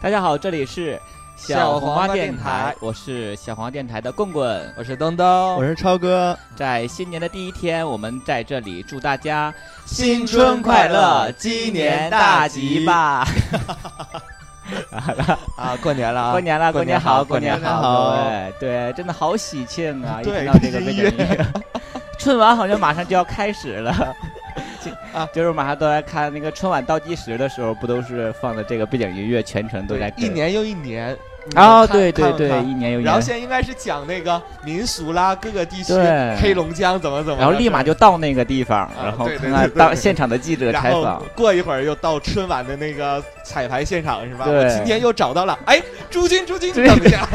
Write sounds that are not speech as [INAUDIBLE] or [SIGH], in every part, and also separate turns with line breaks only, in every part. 大家好，这里是
小
黄
黄瓜
电
电台
我是小黄电台的棍棍。
我是登登，
我是超哥，
在新年的第一天，我们在这里祝大家
新春快乐
鸡
鸡
年
年
大
大
吉
吉
吧！
啊，过年了
[LAUGHS]
啊，
过年了，
过
年
年
好，
好
过
过年
好，
好
各位对，真的好喜庆啊！一
对
听到这个
这
背
个
景
音
[LAUGHS]
音乐，春晚好像马上就要开始了。就
[LAUGHS] 啊
[LAUGHS] 就是马上都来看那个春晚倒计时的时候，不都是放的这个背景音乐，全程都在
对，
跟
一年又一年。
啊、
你看
对对
看
对，
看
一年又一
然后
年，
现在应该是讲那个民俗啦，各个地区
对，
黑龙江怎么怎么的，
然后立马就到那个地方，
啊
然后
对对
看看
对对
当
对
现场的记者
然
采
后
访，
过一会儿又到春晚的那个彩排现场是吧？
对
我今天又找到了，哎，朱军，朱军，
对 [LAUGHS]
等一下，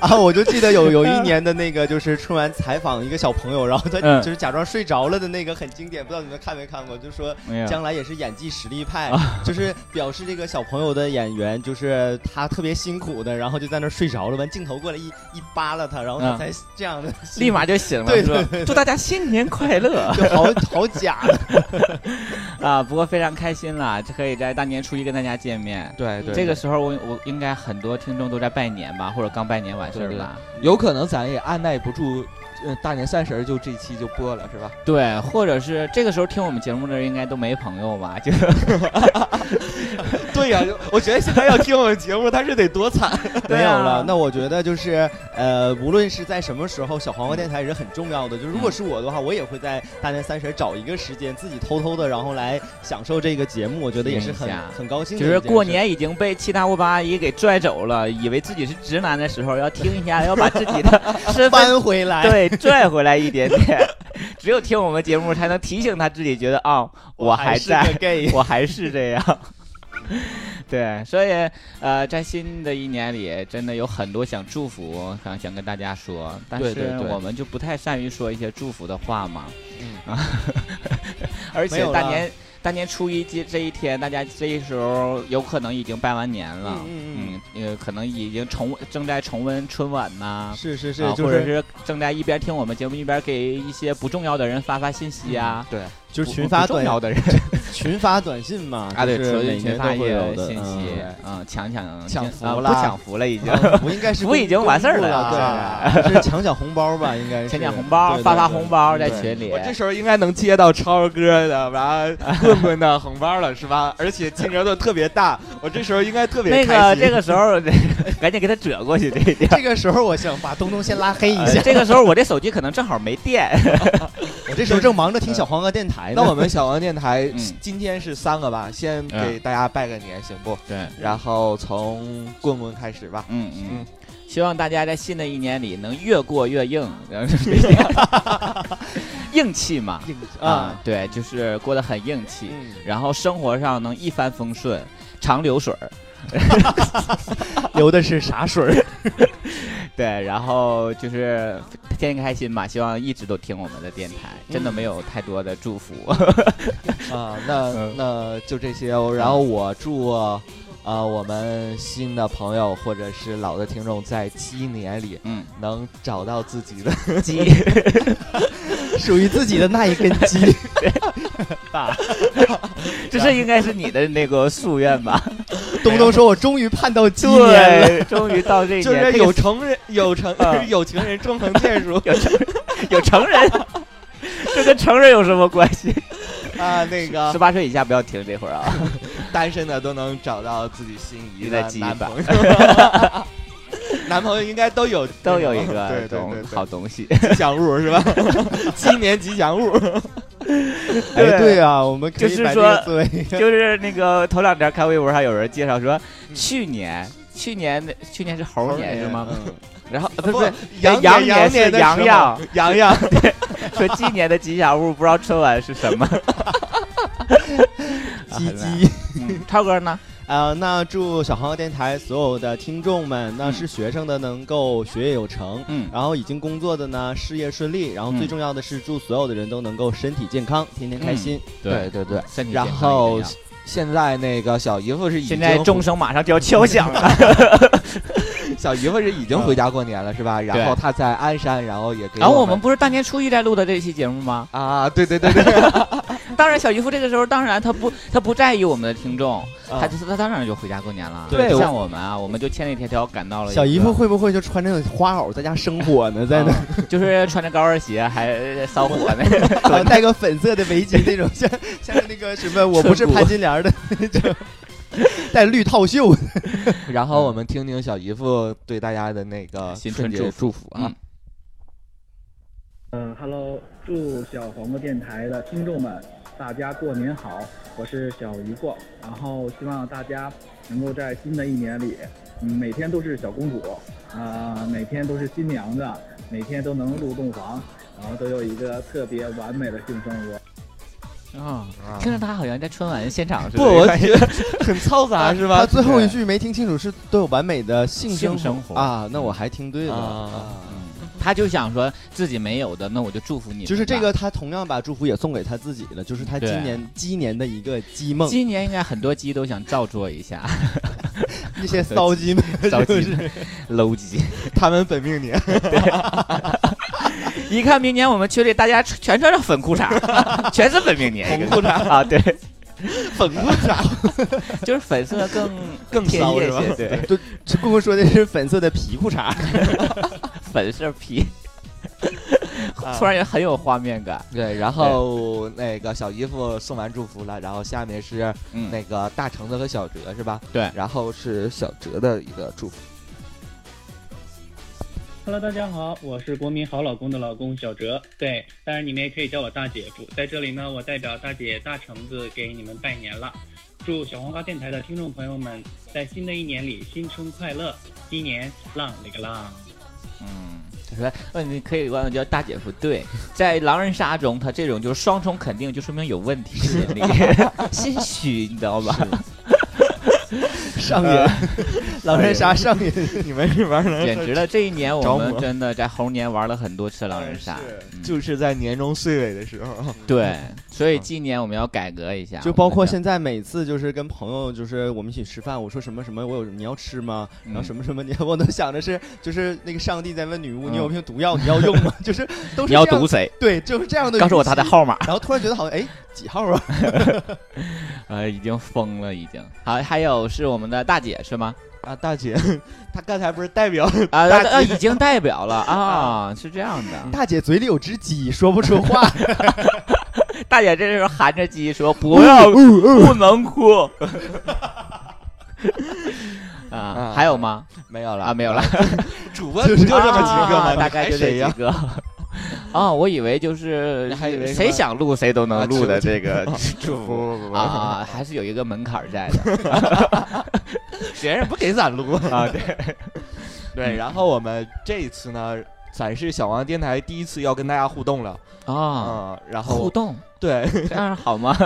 啊，我就记得有有一年的那个，就是春晚采访一个小朋友，然后他
嗯
就是假装睡着了的那个，很经典，不知道你们看没看过，就说
没
嗯
有
将来也是演技实力派，[LAUGHS]
啊
就是表示这个小朋友的演员，就是他特别辛苦的，然后就在那儿睡着了，完镜头过来一一扒拉他，然后
嗯
他才这
[LAUGHS]
样的，
立马就醒了，
对
是吧
对
祝大家新年快乐 [LAUGHS]
就好好假的，
啊！不过非常开心啦，就可以在大年初一跟大家见面。
[LAUGHS] 对
对
这个时候我我应该很多听众都在拜年吧，或者刚拜年完事儿
对
吧，
有可能咱也按耐不住，呃，大年三十儿就这期就播了是吧？
对，或者是这个时候听我们节目的人应该都没朋友吧？就
对呀、就我觉得现在要听我们节目，他是得多惨。
[LAUGHS] 对啊
没有了。那我觉得就是呃，无论是在什么时候，小黄瓜电台也是很重要的。就
嗯
是如果是我的话，我也会在大年三十找一个时间，自己偷偷的，然后来享受这个节目。我觉得也是
听
很
一下
很高兴的
[LAUGHS] 就
一件
是
事。
过年已经被七大姑八大姨给拽走了，以为自己是直男的时候，要听一下，要把自己的 [LAUGHS] 身份
搬回来，
对，拽回来一点点。只有听我们节目，才能提醒他自己，觉得啊、我还
是个
在，
gay。
我还是这样。 [LAUGHS] 对，所以呃，在新的一年里，真的有很多想祝福，想想跟大家说，但
对对
是
对
我们就不太善于说一些祝福的话嘛。
嗯
啊， [LAUGHS] 而
没
且
有
大
了
年大年初一这这一天，大家这时候有可能已经拜完年了，
嗯嗯
嗯，呃，可能已经重正在重温春晚呐、
是是是
啊，，
就
或者
是
是正在一边听我们节目一边给一些不重要的人发发信息啊，
对，
就是
不
群
不
发
重
短
要的人
群发短信嘛，
啊，对，
就
除
是
了
每
群
年
发
都
也
会有
有
的
信息
嗯，
嗯，抢抢
抢
抢
福
啊不
啦
抢福了已
[LAUGHS]
经，
啊我应该是
福已经完事儿了
公布
啊
对，是抢抢红包吧？应该是
抢抢红包，
对
发
对
发
对
红包在
对
群里
我，这时候应该能接到超哥的，完了棍棍的红包了是吧？而且金额都特别大，我这时候应该特别
那
开
个
心
这个时 [LAUGHS] 候赶紧给他折过去这一点。
[LAUGHS] 这个时候，我想把东东先拉黑一下
哎
呃。这个时候我这手机可能正好没电，
我这时候正忙着听小黄瓜电台呢。
哎那
[LAUGHS]
我们小王电 [LAUGHS] 台
嗯
今天是三个吧，先给大家拜个年，行不？
对，
然后从棍棍开始吧。
[LAUGHS] 嗯嗯
嗯。
希望大家在新的一年里能越过越硬，然后 [LAUGHS] 硬气嘛啊
啊，，
对，就是过得很硬气。
嗯，
然后生活上能一帆风顺，常流水儿，
流的是啥水儿？
对，然后就是天天开心嘛，希望一直都听我们的电台，真的没有太多的祝福， [LAUGHS]
[LAUGHS] 啊，那
嗯
那就这些哦。然后我祝啊、呃我们新的朋友或者是老的听众，在鸡年里
[LAUGHS] 嗯，
能找到自 [LAUGHS] 己的
鸡
[LAUGHS] 属于自己的那一根筋。
吧，这是应该是你的那个夙愿 [LAUGHS] 吧？
东东说：“我终于盼到鸡年了。
对，终于到 [LAUGHS] 这一年，
就是
这个
有成 [LAUGHS] 人有成、
啊
有情人终成眷 [LAUGHS] 属
有成 [LAUGHS] 有成人，这跟成人有什么关系？
啊，那
十
个
八岁以下不要听这会儿 [LAUGHS] 啊，
单身的都能找到自己心仪
在
的
鸡
男
吧
朋友，男朋友应该都有
哎
都有一个
对对
东
对
好东西。
对 [LAUGHS] 吉祥物是吧？鸡年吉祥物，”
哎，对啊，我们可
就
以
是
把这
说啊
个作为
就是那个头两天看微博上有人介绍说，去年去年的去年是嗯猴年是吗？？然后呃不是不是
羊
羊
年羊
是
的时
羊
候
羊，
羊羊，
说今年的吉祥物不知道春晚是什么。
鸡鸡
嗯，超哥呢？
啊。那祝小黄瓜电台所有的听众们，那
嗯
是学生的能够学业有成。
嗯，
然后已经工作的呢，事业顺利。然后
嗯
最重要的是，祝所有的人都能够身体健康，天天开心。
嗯
对对对，
身体健
然
康一定
后
要
现在那个小姨夫是已
现在
经
钟声马上就要敲响了，
小姨夫是已经回家过年了，是吧？然后他在鞍山，然后也给
嗯然后
我
哎我们不是大年初一在录的这期节目吗？
啊，对对
[LAUGHS]
对对，
当然，小姨夫这个时候当然他不他不在意我们的听众，
啊
他就是他当然就回家过年了。
对
不
我
像我们啊，我们就千里迢迢赶到了一个
小姨夫，会不会就穿着花袄在家生火呢？
[LAUGHS]
在那
啊就是穿着高跟鞋还烧火呢。
然后戴个粉色的围巾那种，像像是那个什么，我不是潘金莲的
[LAUGHS]
那种，戴绿套袖。
然后我们听听小姨夫对大家的那个
新春
春节
祝
祝福啊
嗯。
嗯哈喽，祝小黄瓜电台的听众们大家过年好，我是小鱼过，然后希望大家能够在新的一年里，嗯，每天都是小公主，啊、每天都是新娘子，每天都能入洞房，然后都有一个特别完美的性生活。
啊，
嗯
听着他好像在春晚现场似的。
不，我
[LAUGHS]
觉得很嘈杂，是吧？
他最后一句没听清楚，是都有完美的性
性
生
生活
啊？那我还听对了。
啊，
他就想说自己没有的，那我就祝福你们吧。
就是这个，他同样把祝福也送给他自己了，就是他今
对
年鸡年的一个鸡梦，
今年应该很多鸡都想照做一 [LAUGHS] 下，
一些骚鸡们，
骚鸡
就是
搂鸡。
他们本命年，
一看明年我们群里大家全穿上粉裤 [LAUGHS] 衩，全是本命年，红裤衩啊， [LAUGHS] 对，
粉裤
[LAUGHS]
衩。
就是粉色更
[LAUGHS]
更
骚
贴业
是吧
些，对，
对，这公公说的是粉色的皮裤衩，
粉色
[LAUGHS]
皮， [LAUGHS] 突然也很有画面感。
对，然后那个小姨夫送完祝福了，然后下面是
嗯，
那个大橙子和小哲是吧？
对
然后是小哲的一个 [LAUGHS] 祝福。
Hello，大家好，我是国民好老公的老公小哲，对，当然你们也可以叫我大姐夫。在这里呢，我代表大姐大橙子给你们拜年了，祝小黄瓜电台的听众朋友们在新的一年里新春快乐，新年浪里个浪。
嗯，他说，问你可以管我叫大姐夫。
[LAUGHS]
对，在狼人杀中，他这种就是双重肯定，就说明有问题，
[LAUGHS]
心里心虚，你知道 [LAUGHS] 吧？
[LAUGHS]
嗯
上
[LAUGHS]
瘾，狼人杀上瘾，你们这玩意
嗯
儿
简直
[LAUGHS]
了！这一年我
着
们
魔
真的在猴年玩了很多次狼人
哎
杀，嗯
就是在年终岁尾的时候，
对，所以今年我们要改革一下，嗯
就包括
我们的
现在每次就是跟朋友就是我们一起吃饭，我说什么什么我有你要吃吗？
嗯
然后什么什么你我都想着是就是那个上帝在问女巫
嗯
你有没有毒药你要用吗？ [LAUGHS] 就是都
[LAUGHS]
是
你要
这样
毒谁？
对就是这样的。
告诉我他的。号码。 [LAUGHS]
然后突然觉得好像哎几号啊？
呃，已经疯了，已经。好，还有是我们的大姐是吗？
啊，大姐， [LAUGHS] 她刚才不是代表
[LAUGHS] 啊，
大
呃已经代表 [LAUGHS] 了啊，是这样的。
大姐嘴里有只鸡，说不出
[LAUGHS]
话。
大姐这时候含着鸡说：“不要，不能 [LAUGHS] 哭。”啊，还有吗？
没有了
啊，没有了，
主播
就是
不就这么几个
啊
吗？
大概就这
谁
几
呀？
个。啊，我以为啊就是
你还以为什
谁
么
想录谁都能录的这个 [LAUGHS]
[LAUGHS] 不
祝福
不不不
啊，还是有一个门槛儿在的 [LAUGHS]
别人不给咱录。
啊。对，嗯
对，然后我们这一次呢，咱是小王电台第一次要跟大家互动了
[LAUGHS] 啊，
啊，然
互
后
动
[LAUGHS] 对，
这样好吗？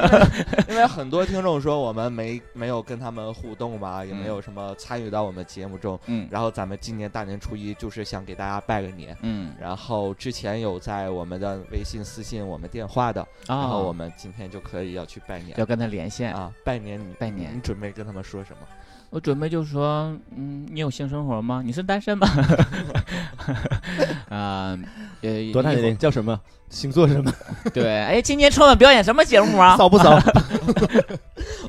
因为很多听众说我们没没有跟他们互动嘛，也没有什么参与到我们节目中。
嗯
然后咱们今年大年初一就是想给大家拜个年，
嗯
然后之前有在我们的微信私信我们电话的，然
啊，
后我们今天就可以要去拜年
要跟他连线。
啊，拜年你
拜年
你准备跟他们说什么？
我准备就说，嗯，你有性生活吗？你是单身吗？ [LAUGHS] 啊，呃，
多大
一会
年龄？叫
[LAUGHS]
什么？星座是什么？
儿对，哎，今年春晚表演什么节目
[LAUGHS]
啊？
骚不骚？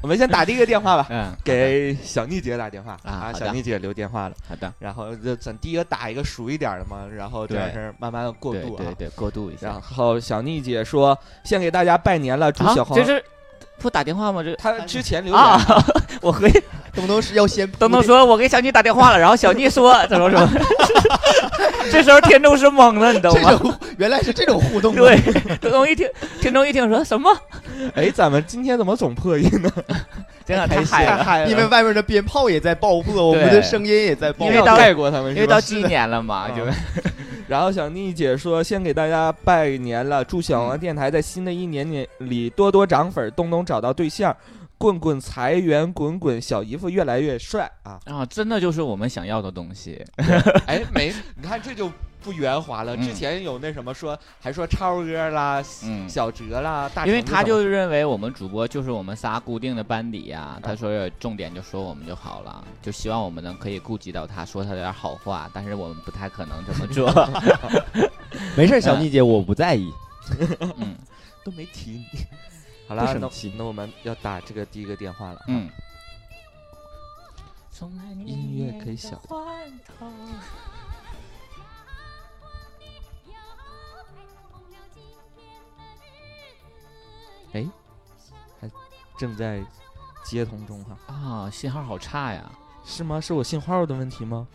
我们先打第一个
[LAUGHS]
电话吧，
嗯，
给小妮姐打电话
啊好的
小妮姐留电话了，
好的，
然后就咱第一个打一个熟一点的嘛，然后这
对
样是慢慢的过
对
渡啊
对。对，过渡一下
然。后小妮姐说：“先给大家拜年了，祝小黄。
这是不打电话吗？这
她之前留言
啊，我和
东东是要先
东
[LAUGHS]
东说，我给小妮打电话了，然后小妮说 [LAUGHS] 怎么怎么，这时候听众是懵的，你懂
这
吗？
种 [LAUGHS] 原来是这种互动啊。
对，东东一听，听众一听说什么，
[LAUGHS] 哎，咱们今天怎么总破音呢？
真的太
太
嗨了，
嗨了，
因为外面的鞭炮也在爆破，我们
哎对
的声音也在爆
因
因
为
破。
为
到
带过他们
因
是
为到
吧？
今年了嘛，
是
就
的然后小妮姐说：“先给大家拜年了，祝小王电台在新的一年年里多多涨粉，东东找到对象。”
棍棍财源滚滚，小姨夫越来越帅啊！
啊，真的就是我们想要的东西。
哎，没，你看这就不圆滑了。之
嗯
前有那什么说，还说超哥啦、
嗯
小哲啦、大，
因为他就认为我们主播就是我们仨固定的班底呀、
嗯
他说有重点就说我们就好了，就希望我们能可以顾及到他，说他点好话，但是我们不太可能这么做。
[LAUGHS] 没事，小妮姐，我不在意。
嗯
都没提你。 [LAUGHS] 好
不
啦，
生
那
气
那我们要打这个第一个电话了。
嗯，
音乐可以小。哎，还正在接通中哈？
啊，信号好差呀，
是吗？是我信号的问题吗？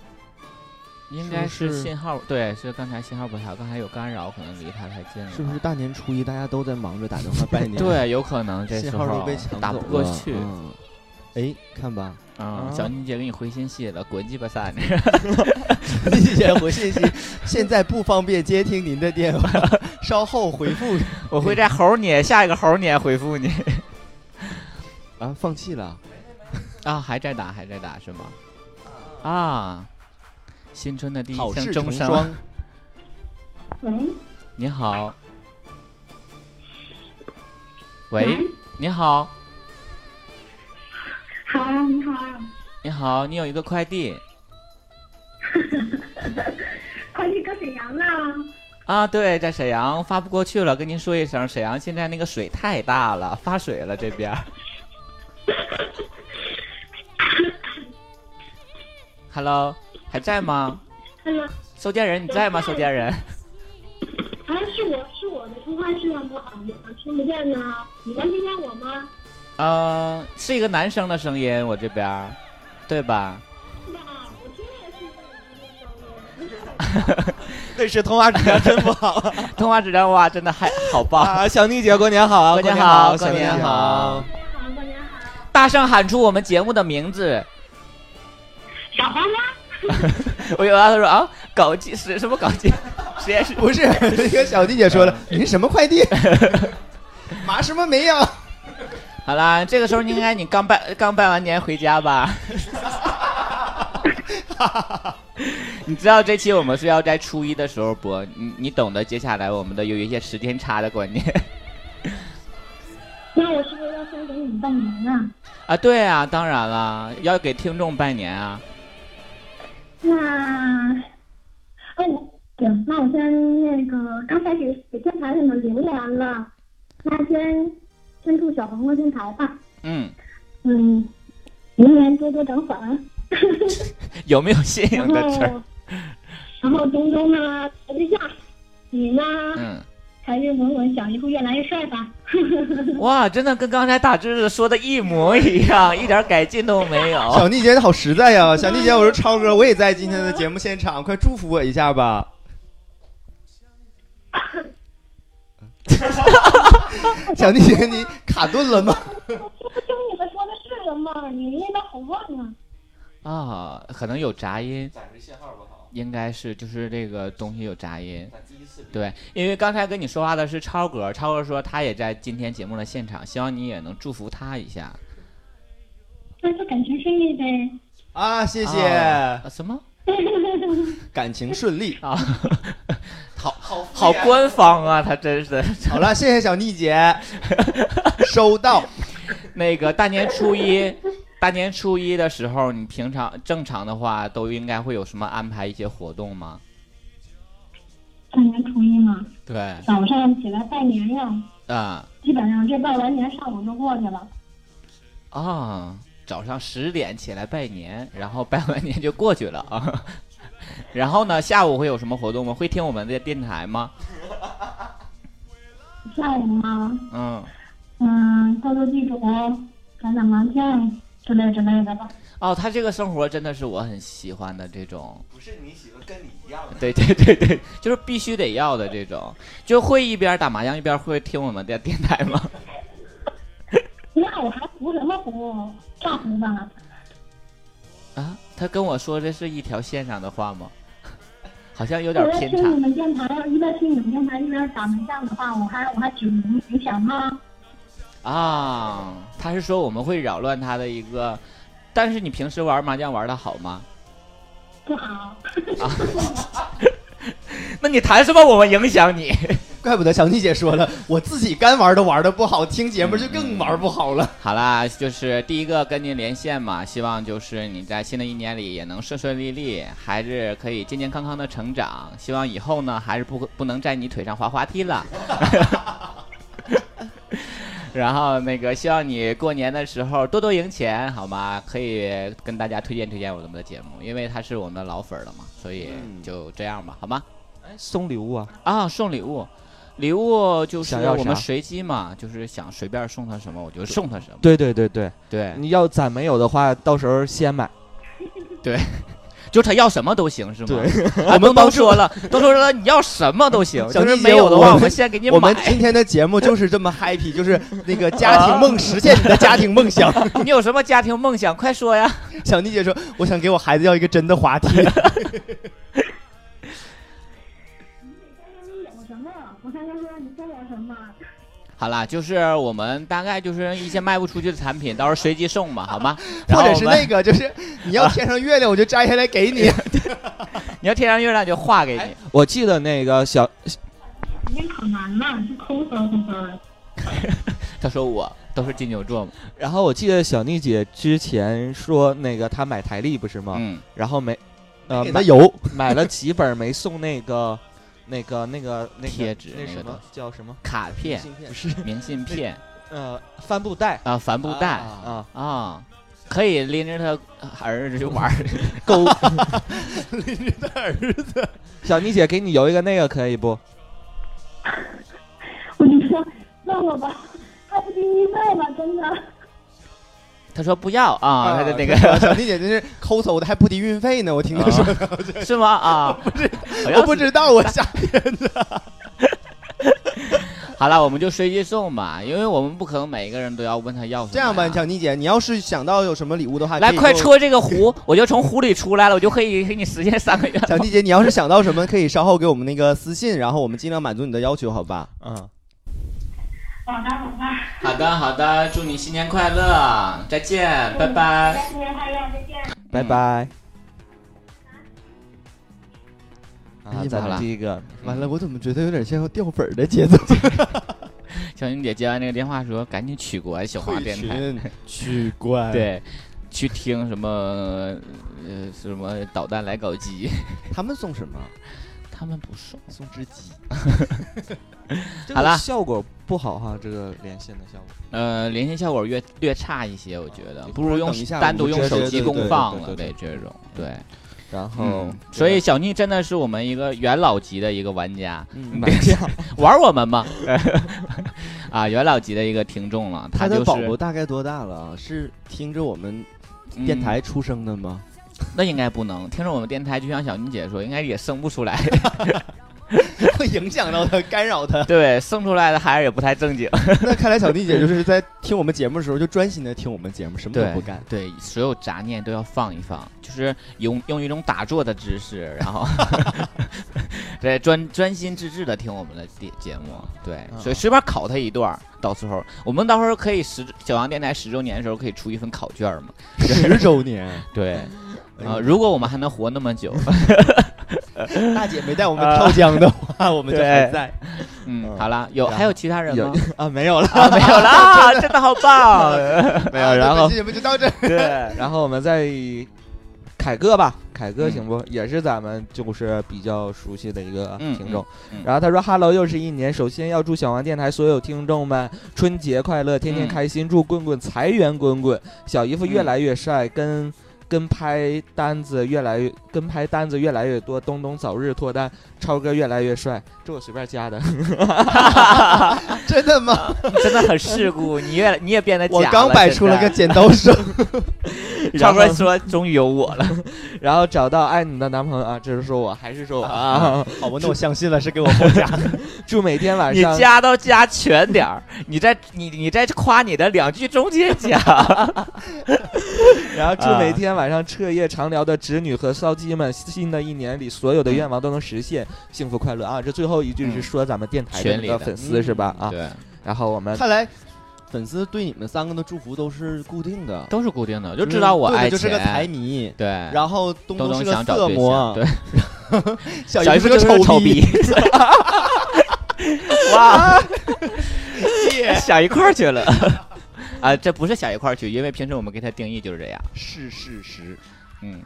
应该
是不是
信号对，是刚才信号不太好，刚才有干扰，可能离他太近了，
是不是？大年初一大家都在忙着打电话拜年？，
对，有可能这
信
时
号
候啊
都被抢走了，
打不过去
嗯哎，看
[LAUGHS]
吧，
啊
啊
小妮姐给你回信息了，滚鸡巴蛋！
妮姐回信息，现在不方便接听您的电话， [LAUGHS] 稍后回复
我会在猴年下一个猴年回复你
啊，放弃了。
啊，还在打，还在打是吗？啊，新春的第一
好
声
事
钟
成
声，
双， [LAUGHS]
你好，喂，
嗯
你好，
好啊，你好啊，
你好，你有一个快递
快递搁沈阳呢。
啊？对，在沈阳发不过去了，跟您说一声，沈阳现在那个水太大了，发水了这边。Hello，还在吗？
Hello，
收件人你在吗？收件人。
啊，是我是我的通话质量不好吗？听不见呢。你能听见我吗？
呃，是一个男生的声音，我这边儿，对吧？
是吧？我听见是你的声音。
那是通话质量真不好
[LAUGHS] 通话质量哇，真的还好棒！
啊！小妮姐，过年好，
过年
好，
好，
小
过
妮姐
年好！，
好，过年好。
大声喊出我们节目的名字。 [LAUGHS]
小黄瓜，
我有啊，他说啊，搞基实什么搞基 [LAUGHS] 实验室
不是，那个小弟姐说了，您什么快递？麻什么没有？
好啦，这个时候应该你刚拜刚拜完年回家吧。你知道这期我们是要在初一的时候播，你你懂得接下来我们的有一些时间差的观念 [LAUGHS]
那我是不是要先给你们拜年啊？
啊。对啊，当然啦，要给听众拜年啊。
那，哦，行，那我先那个，刚才给给电台里面留言了，那先先祝小黄瓜电台吧。
嗯，
嗯，明年多多涨粉。
有没有新颖
然
的词儿？
后， [LAUGHS] 然后东东呢，谈对象，你呢，
嗯，
财运滚滚，小姨夫越来越帅吧。
哇，真的跟刚才打字说的一模一样，一点改进都没有。
小妮姐好实在呀！小妮姐，我说超哥，我也在今天的节目现场，快祝福我一下吧。小妮姐，你卡顿了吗？
这不听你们说的是人吗？你那边好乱啊！
啊，可能有杂音，
暂时信号不好。
应该是就是这个东西有杂音。对，因为刚才跟你说话的是超哥，超哥说他也在今天节目的现场，希望你也能祝福他一下。
那就感情顺利呗。
啊，谢谢，
啊啊什么
感情顺利。
啊？好好好官方啊，他真是。
好了，谢谢小妮姐，收到。
那个大年初一， [LAUGHS] 大年初一的时候，你平常正常的话都应该会有什么安排一些活动吗？
大年初一嘛，
对，
早上起来拜年呀，
啊
基本上这拜完年上午就过去了。
啊，早上十点起来拜年，然后拜完年就过去了 [LAUGHS] 啊。然后呢，下午会有什么活动吗？会听我们的电台吗？
下午嘛，
嗯。
嗯，斗斗地主，打打麻将之类之类的吧。
哦，他这个生活真的是我很喜欢的这种，
不是你喜欢，跟你一样的。
对 [LAUGHS] 对对对，就是必须得要的这种，就会一边打麻将一边会听我们的电台吗？
那我还服什么服？诈服吧。
啊，他跟我说这是一条线上的话吗？ [LAUGHS] 好像有
我
点
在
偏
听你
差
们电台，一边听你们电台一边打麻将的话，我还我还挺影响吗？
啊，他是说我们会扰乱他的一个，但是你平时玩麻将玩的好吗？啊
不好，
[LAUGHS] 那你谈什么我们影响你？
怪不得小妮姐说了，我自己干玩都玩的不好，听节目就更玩不好了。
好啦，就是第一个跟您连线嘛，希望就是你在新的一年里也能顺顺利利，还是可以健健康康的成长。希望以后呢，还是不不能在你腿上滑滑梯了。 [LAUGHS] 然后那个，希望你过年的时候多多赢钱，好吗？可以跟大家推荐推荐我们的节目，因为他是我们的老粉儿了嘛，所以就这样吧，好吗？
哎，送礼物啊，
啊，送礼物，礼物就是
想要
我们
啥
随机嘛，就是想随便送他什么，我就送他什么。
对对对对，
对，
你要攒没有的话，到时候先买。
就他要什么都行是吗？
对
[LAUGHS] 我们都说了，都说了你要什么都行，
小
就是
丽姐
没有的话，
我
我们先给你
我们
买。啊
今天的节目就是这么 happy，就是那个家庭梦，实现你的家庭梦想。
[LAUGHS] 你有什么家庭梦想，快说呀！
小妮姐说，我想给我孩子要一个真的滑梯。
你有什么？我看他说你都有什么？
好啦，就是我们大概就是一些卖不出去的产品，到时候随机送嘛，好吗？ [LAUGHS] 然
[LAUGHS] 或
后
者
我
是
们
那个，就是你要天上月亮，我就摘下来给你。
你要天上月亮就画给
哎
你。
我记得那个小
你可难了，是抠搜搜的。
他说我都是金牛座嘛，
然后我记得小妮姐之前说那个她买台历不是
啊
吗？
嗯，
然后没，呃，
给他
买
油，
买了几本没送那个，那个那个那个
贴纸
那
那个
什
东
么叫什么？
卡片、
不
[LAUGHS]
是，
明信片
呃，帆布袋
啊、帆布袋
啊，
啊，可以拎着他儿子就玩儿。 [LAUGHS]
狗
拎着他儿子。
小妮姐给你邮一个那个可以不？
我就说算了吧，他不第一位了，真的。
他说不要啊，他的那个
小妮姐真是抠搜的，还不抵运费呢。我听她说，
[LAUGHS] 是吗？啊，
我 [LAUGHS] 不知道，我啊下
[LAUGHS] 好了，我们就随机送吧，因为我们不可能每一个人都要问他要什么呀。
这样吧，小妮姐，你要是想到有什么礼物的话，
来
可以
快
给我。
戳这个壶， [LAUGHS] 我就从壶里出来了，我就可以给你实现三个愿
小妮姐，你要是想到什么，可以稍后给我们那个私信，然后我们尽量满足你的要求，好吧？
嗯，
好的，好的，
[LAUGHS] 好的，好的，祝你新年快乐，再见，拜拜。
新年快乐，再见。
拜拜。
哎
啊，
呀
咱
好了
们第一个，
完了，我怎么觉得有点像要掉粉儿的节奏？
小英姐接完这个电话说：“赶紧取关小花电台。
[LAUGHS] 群取关”，
对，去听什么呃什么导弹来搞基，
他们送什么？
[LAUGHS]
啊
他们不送。
送只鸡。
这
好
个
了
效果不好哈，这个连线的效果。
呃，连线效果略略差一些，我觉得
对
不如用
等一下
单独
我们
用
直接
手机
对对对
公放
对
了
对
呗，这种对。
然后
嗯，，所以小逆真的是我们一个元老级的一个玩家，[LAUGHS]
嗯，
买票
玩我们嘛， [LAUGHS] 啊，元老级的一个听众了，
他
就
的
是
宝宝大概多大了啊？是听着我们电台、出生
[LAUGHS]
的吗？
嗯那应该不能听着我们电台，就像小逆姐说，应该也生不出来，
会影响到他，干扰
[LAUGHS]
他。
对，生出来的孩子也不太正经，
那看来小弟姐就是在听我们节目的时候就专心的听我们节目，什么都
对
不
[LAUGHS]
干。
对，所有杂念都要放一放，就是用用一种打坐的姿势，然
[LAUGHS]
后对专专心致志的听我们的节节目，对，
嗯
所以随便考他一段儿，到时候我们到时候可以十小王电台十周年的时候可以出一份考卷嘛，
十周
[LAUGHS]
年，
对，
哎
嗯
啊，
呦
如果我们还能活那么久，
大姐没带我们
啊
跳江的
[LAUGHS]
话，我们就还在。
嗯，
嗯
好啦，有
然后
还有其他人吗
有？啊，没有了。
啊，没有啦，
[LAUGHS]
真的好棒！
没有然
这
后
期节目就到
[LAUGHS]
这儿。
对，
然后我们再凯哥吧，凯
嗯
哥行不？也是咱们就是比较熟悉的一个
嗯
听众。
嗯嗯
然后他说：“Hello，又是一年，首先要祝小王电台所有听众们春节快乐，天天
嗯
开心，祝棍棍财源滚滚，小姨夫越
嗯
来越帅，跟。”跟拍单子越来越，跟拍单子越来越多，东东早日脱单，超哥越来越帅，这我随便加
[LAUGHS]
的。
真的吗？
你真的很世故，你也你也变得假
我刚摆出了个
现
剪刀
[LAUGHS]
手，
在
然
超
后
哥说终于有我了，
然后找到爱你的男朋友啊，这是说我还是说我
嗯
啊？
好吧，那我相信了，是给我
[LAUGHS]
后加。
祝每天晚
你
上
加都加全点 [LAUGHS] 儿，你在你你在夸你的两句中间 [LAUGHS] 加，
然后祝
啊
每天晚上彻夜长聊的侄女和骚鸡们，新的一年里所有的愿望都能实现，幸福快乐啊！这最后一句是说咱们电台的
群
那
里
个
的
粉丝是吧？啊，
对，
然后我们
看来粉丝对你们三个的祝福都是固定的，
都是固定的，就知道我
豆豆
爱
嗯就是个
钱
财迷，
对，
然后东
东
东是个
想找
色
对象，，
魔 [LAUGHS]
对，
小
小
姨
姨
是
夫
个
就是个
丑
臭逼， [LAUGHS]
[LAUGHS]
哇， [LAUGHS] 想一块儿去了。啊，这不是想一块儿去，因为平时我们给他定义就是这样。
是事实。
嗯，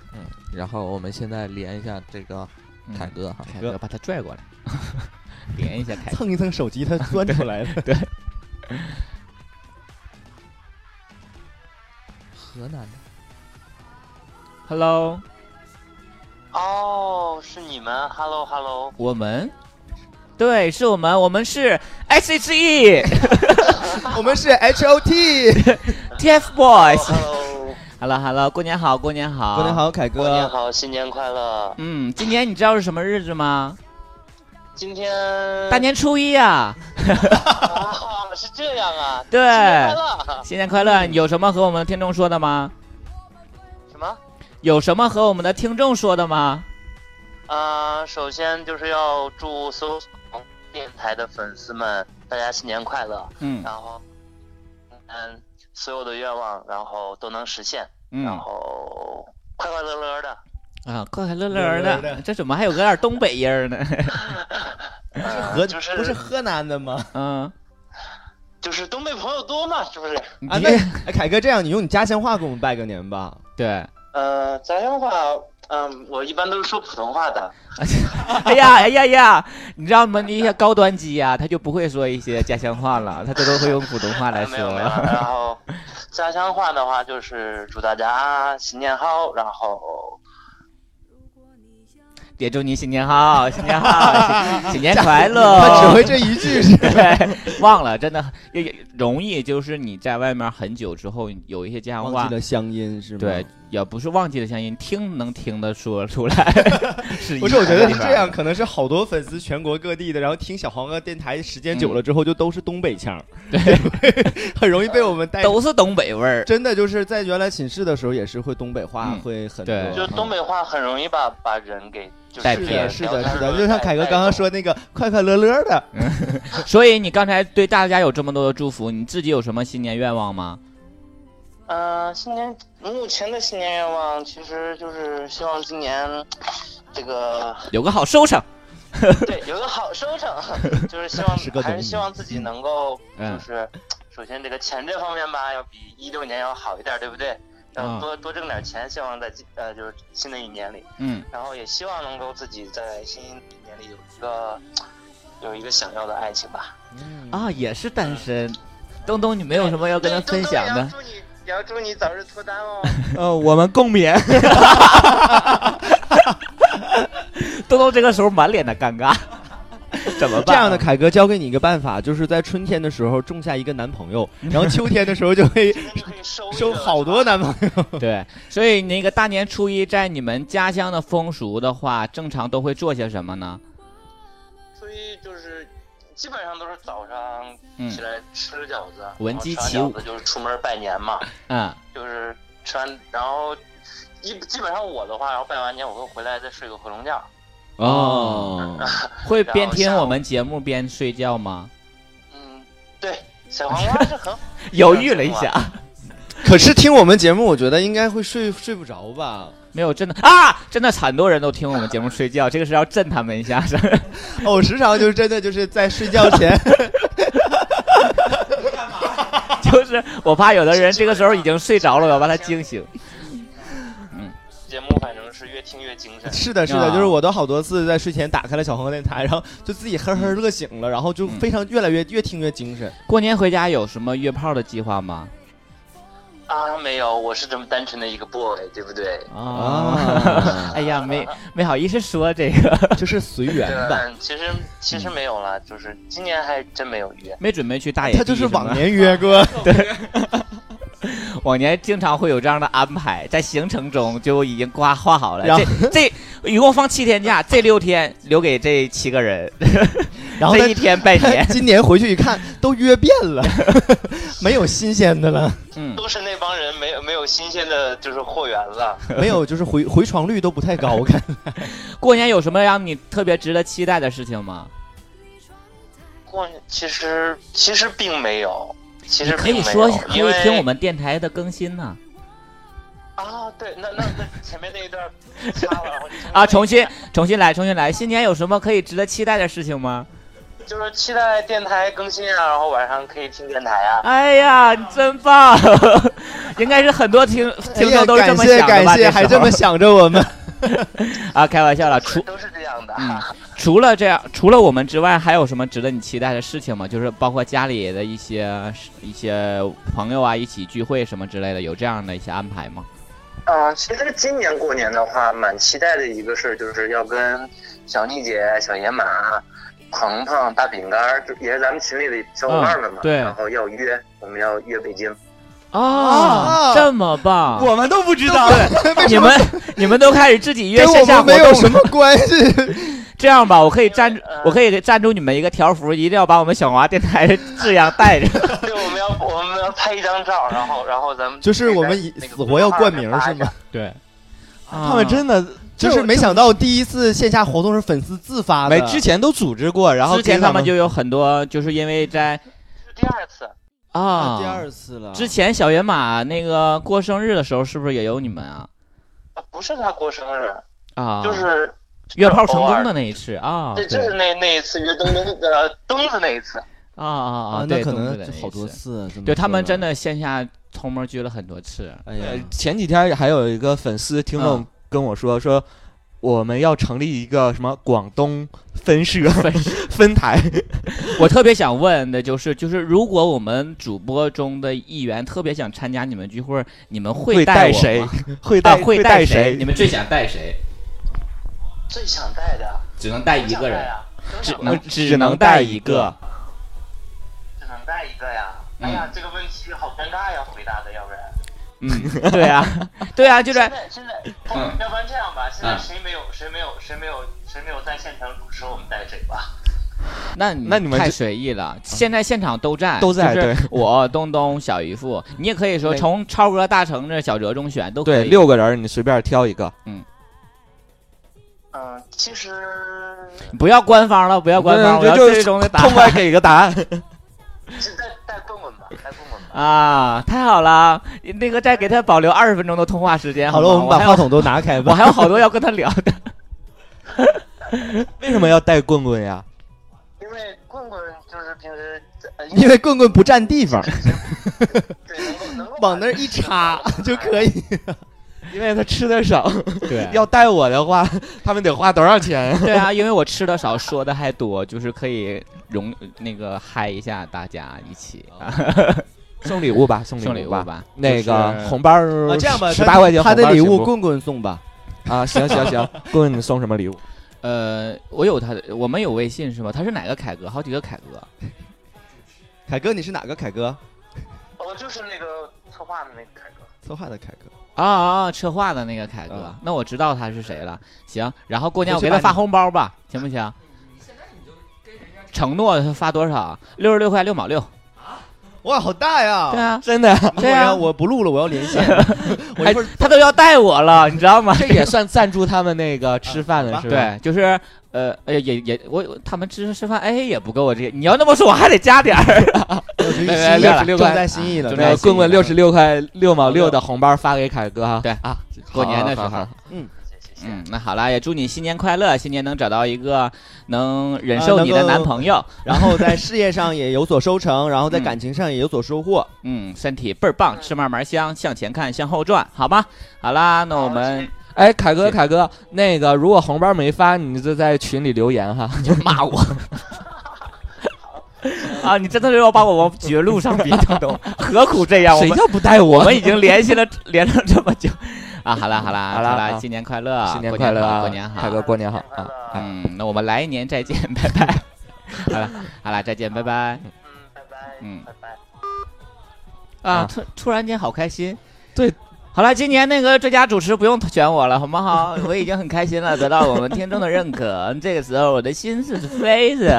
然后我们现在连一下这个
嗯
凯哥哈，
凯哥把他拽
[LAUGHS]
过来，连一下凯哥。
蹭一蹭手机，它钻出来 [LAUGHS] 了。
河南的
Hello，
哦，是你们，Hello Hello，
我们，对，是我们，我们是 S H E
我们是 H O T，
[LAUGHS] T F Boys。
哦 Hello，
Hello Hello，过年好，过年好，
过年。好，凯
过年
哥，
好，新年快乐！
嗯，今年你知道是什么日子吗？
今天
呃
大年初一啊。
啊，是这样啊，
对
新年快乐！
新年快乐！有什么和我们的听众说的吗？
什么？
有什么和我们的听众说的吗？
呃，首先就是要祝所有电台的粉丝们，大家新年快乐，
嗯
然后，嗯，所有的愿望，然后都能实现，然
嗯
后快快乐乐的，
啊，快快乐乐
乐
儿
乐
的
的，
这怎么还有个点东北音
[LAUGHS]
儿呢？
呃
河
就是
不是河南的吗？
嗯，
就是东北朋友多嘛，是不是？
你
啊，那
别
哎凯哥这样，你用你家乡话给我们拜个年吧。
[LAUGHS] 对，
呃，家乡话，嗯，我一般都是说普通话的。
哎呀哎呀呀！你知道吗？那些高端机呀、他就不会说一些家乡话了，他这都会用普通话来
[LAUGHS] 没有没
[LAUGHS]
有。
说。
然后家乡话的话，就是祝大家新年好，然后
也祝你新年好，新年好， [LAUGHS] 新新年快
[LAUGHS] 他只
乐
会。这一 [LAUGHS] 句是
对，忘了，真的也也容易，就是你在外面很久之后，有一些家乡话
忘记了乡音是吗？
对，，也不是忘记了乡音，听能听得说出来。 [LAUGHS] 是
不
一
是，我觉得
样
是
的
这样，。可能是好多粉丝全国各地的，然后听小黄瓜电台时间久了之后，就都是东北腔，对， [LAUGHS] 很容易被我们带。
都是东北味儿，
真的就是在原来寝室的时候，也是会东北话，
嗯
会很多
对。
就东北话很容易把把人给就是
带
是
偏
的，是的，是的，就像凯哥刚刚，说那个快快乐乐的，
所以你刚才对大家有这么多的祝福，你自己有什么新年愿望吗？
嗯、呃新年目前的新年愿望其实就是希望今年这
[LAUGHS]
个
有个好收成。
对有个好收成， [LAUGHS] 就是希望
是个
还
农民
是希望自己能够就
嗯
是首先这个钱这方面吧，要比一六年要好一点，对不对？
啊
要多多挣点钱，希望在今呃就是新的一年里。
嗯
然后也希望能够自己在新一年里有一个有一个想要的爱情吧。
啊，也是单身。东东，你没有什么要跟他分享的？
祝你也要祝你早日脱单
[LAUGHS]
哦。
呃，我们共勉。
东东这个时候满脸的尴尬，怎么办？
这样的，凯哥教给你一个办法，就是在春天的时候种下一个男朋友，然后秋天的时候就
[LAUGHS]
会
就可以收一个
收好多男朋友。
[LAUGHS] 对，所以那个大年初一，在你们家乡的风俗的话，正常都会做些什么呢？
所以就是基本上都是早上
嗯
起来吃饺子，
闻
然后
鸡
吃完
起舞
饺子就是出门拜年嘛，
嗯，
就是吃完然后一基本上我的话，然后拜完年我会回来再睡个回笼觉。
哦， [LAUGHS] 会
然后
边听
下午
我们节目边睡觉吗？
嗯，对，小黄瓜是很好
[LAUGHS] 犹豫了一下，
可是听我们节目，我觉得应该会睡睡不着吧？
没有，真的啊，真的很多人都听我们节目睡觉，这个是要震他们一下。是 [LAUGHS] 吧
哦我时常就是真的就是在睡觉前
就是我怕有的人这个时候已经睡着了，我要把他惊醒。
节目，反正是越听越精
[LAUGHS]
神。
是的，是的，
啊
就是我都好多次在睡前打开了小黄瓜电台，然后就自己呵呵乐醒了，然后就非常越来越越听越精神。
过年回家有什么约炮的计划吗？
啊，没有，我是这么单纯的一个 boy，对不对？
啊， [LAUGHS] 哎呀，没没好意思说这个，
就是随缘吧。
嗯，其实其实没有啦，就是今年还真没有约。
没准备去大野地
[LAUGHS] 他就是
什么
往年约哥，
往年经常会有这样的安排，在行程中就已经挂画好了。
然后
这这一共放七天假，这六天留给这七个人，
然后
这一
他。
天拜年
[LAUGHS] 今年回去一看，都约遍了， [LAUGHS] 没有新鲜的了，
嗯，
都是那帮人没有没有新鲜的，就是货源
[LAUGHS]
了。
[LAUGHS] 没有就是回回床率都不太高，我看。
过年有什么让你特别值得期待的事情吗？
过其实其实并没有，其
你
实
可以
并没
说
有
可
因
以
为
听我们电台的更新呢、
啊，对，那那那前面那一
[LAUGHS]
段掐了，然后就
啊，重新重新来，重新来。新年有什么可以值得期待的事情吗？
就是期待电台更新啊，然后晚上可以听电台啊。
哎呀，你真棒！ [LAUGHS] 应该是很多听听众都是这么想的吧？
哎感谢感谢，
时候
还这么想着我们。
啊？开玩笑了，除
都是这样的，
嗯，除了这样，除了我们之外，还有什么值得你期待的事情吗？就是包括家里的一些一些朋友啊，一起聚会什么之类的，有这样的一些安排吗？
嗯、其实今年过年的话，蛮期待的一个事儿，就是要跟小妮姐、小野马、鹏鹏、大饼干儿，就也是咱们群里的小伙伴们嘛，
嗯对
然后要约，我们要约北京。
啊，这么棒！
我们都不知道，
你们 [LAUGHS] 你们都开始自己约
跟我
线下
们
活
没有
动
什么关系， [LAUGHS]
这样吧，我可以赞助
呃，
我可以赞助你们一个条幅，一定要把我们小华电台的字样带着。
对，我们要我们要拍一张照，然后然后咱们
就是我们以
那个
死活要冠名是吗？
[LAUGHS] 对，啊
他们真的
[LAUGHS] 就是没想到第一次线下活动是粉丝自发的，
没之前都组织过，然后
之前
给
他们就有很多，就是因为在
是第二次，
啊，
第二次了，
之前小野马那个过生日的时候，是不是也有你们啊？
啊不是他过生日，
啊，
就是
约炮成
偶尔
功的那一次啊，
对，就
对
是那那一次约东东呃东子那一次，
啊啊啊，
那
对，
可
东
能
子的那一
好多
次，
次，这么
对他
说
们
的
真，的线下偷摸聚了很多次。
哎呀，
前几天还有一个粉丝听众
嗯
跟我说、说。我们要成立一个什么广东分社分台，
我特别想问的就是，就是如果我们主播中的一员特别想参加你们聚会，你们会
会带
我吗
谁？会带、
啊，会
带
谁？你们最想带谁？
最想带的
只能带
最
一
想
个
带
人，
啊，都
只
想
能
只
只
能
能
带
带
一
一
个
个。
只能带一个呀。哎呀，这个问题好尴尬呀，回答的，要不然。
嗯， [LAUGHS] 对啊，对啊，就是
[LAUGHS] 现在现在，
嗯
要不然这样吧，现在
嗯
谁没有谁没有谁没有谁没有在现场主持，我们带谁吧。
那
那你们
太
就
随意了。现在现场都在，
都在
就是我东东、小姨夫，你也可以说
对
从超哥、大橙子、小哲中选都可
对，
以。
六个人儿你随便挑一个。
嗯，其实
不要官方了，不要官方，
嗯
我要
就
最终的答
痛快
案
给个答案。
[LAUGHS]
[LAUGHS]
是带带棍棍吧，带棍棍吧。
[LAUGHS] 啊！太好了，那个再给他保留二十分钟的通话时间。
好了，
吗
我们把
还
话
有
筒都拿开
我
吧。
还有好多要跟他聊
[LAUGHS]
的。
为什么要带棍棍呀？
因为棍棍就是平时，呃
[LAUGHS] 因为棍棍不占地方，
对能够能够
[LAUGHS] 往那儿一插 [LAUGHS] 就可以。
因为他吃的少。
对
[LAUGHS] 要带我的话，他们得花多少钱呀？
对啊，因为我吃的少，说的还多，就是可以容那个嗨一下大家一起啊，
哦
[LAUGHS]
送礼物吧，送
送礼物
吧。
吧。
那
就
个
是哦
红包儿
啊，这样吧，
十八块钱
他的
红包
礼
行
物
不
棍棍送吧。
啊，行行行，
[LAUGHS]
棍你送什么礼物？
呃，我有他的，我们有微信是吗？他是哪个凯哥？好几个凯哥。
凯哥，你是哪个凯哥？
我就是那个策划的那个凯哥。
策划的凯哥。
啊啊！策划的那个凯哥，
啊
那我知道他是谁了。行，然后过年
回
我
去
给他
把
发
你
红包吧，行不行？承诺发多少？六十六块六毛六。
哇，好大呀！
对啊，
真的，
我
对啊
要我不录了，我要
[LAUGHS]
连线。我
还
一会儿
他都要带我了，你知道吗？
这也算赞助他们那个吃饭了，
啊
是吧？
[LAUGHS] 嗯对，就是呃，哎呀也也我他们吃吃饭，哎也不够我这，你要那么说我还得加点儿。
我注意
没
新
没
意
六
了，
十六
正
块
在心意了
啊。
正在
那
对
个
心
棍棍
意
六十六块六毛六的红包发给凯哥哈。
[LAUGHS] 对
啊，
过年的时
好好
候
好，
谢谢谢谢。
嗯，那好啦，也祝你新年快乐，新年能找到一个能忍
啊
受
能
你的男
够
朋友，
[LAUGHS] 然后在事业上也有所收成，然后在感情上也有所收获。
嗯，身体倍儿棒，吃嘛嘛香，向前看，向后转，好吗？好啦，那我
好
们
哎，凯哥，
谢
凯哥，那个如果红包没发，你就在群里留言哈。
骂
[LAUGHS]
我。啊！你真的是要把我往绝路上逼，东东，何苦这样？我
谁
们
叫不带
我
我？
们已经联系了，联了这么久啊！好了好了
好啦好
了，新年快乐，
新年
过
快乐
好
啊，
过年
凯
好。
哥，过年好
新年快
啊！
乐
哎
嗯，那我们来年再见，拜拜。
[LAUGHS]
好了好了，再见，拜拜。
嗯，拜拜，
嗯
拜拜。
啊
啊，
突突然间好开心。
对，
好了，今年那个最佳主持不用选我了，好吗？好， [LAUGHS] 我已经很开心了，得到我们听众的认可。 [LAUGHS] 这个时候我的心是飞的。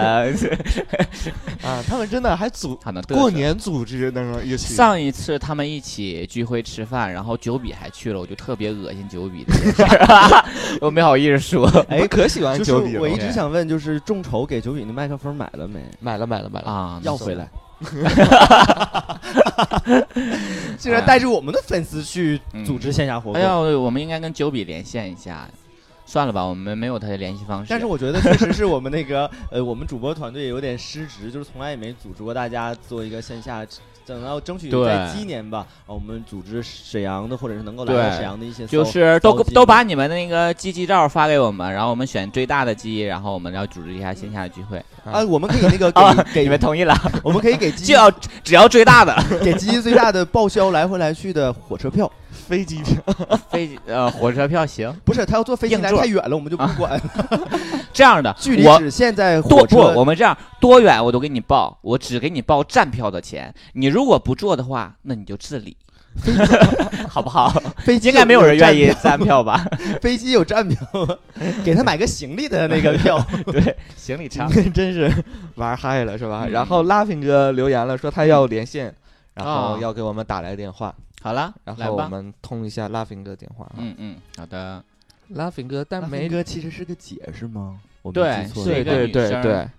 [LAUGHS]
啊，他们真的还组
好的，嘚瑟
过年组织那个一起
上一次他们一起聚会吃饭，然后九比还去了，我就特别恶心九比的 [LAUGHS] 这个事儿，我没好意思
[LAUGHS]
说
我哎可喜欢
就是
九比
我一
了，
直想问，就是嗯众筹给九比那麦克风买了没？ [LAUGHS]
买了买了买了，
啊。
要回来。竟然带着我们的粉丝去组织线下活
哎
动。
呀，我们应该跟九比联线一下，算了吧，我们没有他的联系方式。
[LAUGHS] 但是我觉得确实是我们那个呃，我们主播团队有点失职，就是从来也没组织过大家做一个线下。等到争取
对
在今年吧，啊，我们组织沈阳的或者是能够来
对
到沈阳的一些骚，
就是都
骚鸡
都把你们的那个鸡鸡照发给我们，然后我们选最大的鸡，然后我们要组织一下线下的聚会。
[LAUGHS] 啊，我们可以那个
啊
给
你
给
们同意了，
我们可以给
[LAUGHS]
鸡
就要只要最大的
给鸡最大的报销来回来去的火车票，啊
飞机票，
[LAUGHS] 飞机呃火车票行。
不是他要坐飞机
硬
来
座
太远了，我们就不管，
[LAUGHS] 这样的，
距离
我
只限在
多
火
不，
车
我们这样多远我都给你报，我只给你报站票的钱。你如果不做的话，那你就自理， [LAUGHS] 好不好？
飞机
应该没有人愿意
站
站票吧？ [LAUGHS]
票，飞机有站票吗，给他买个行李的那个票，
对，行李差。
真是玩嗨了是吧？
嗯
然后拉平哥留言了，说他要连线，然
啊
后要给我们打来电话，
好了，
然
来
后我
吧。
们通一下拉平哥电话啊。
嗯嗯，好的。
拉平哥，但没
哥其实是个姐是吗？我
对
记错
是
了
一
对
个
对
女
对
生
对，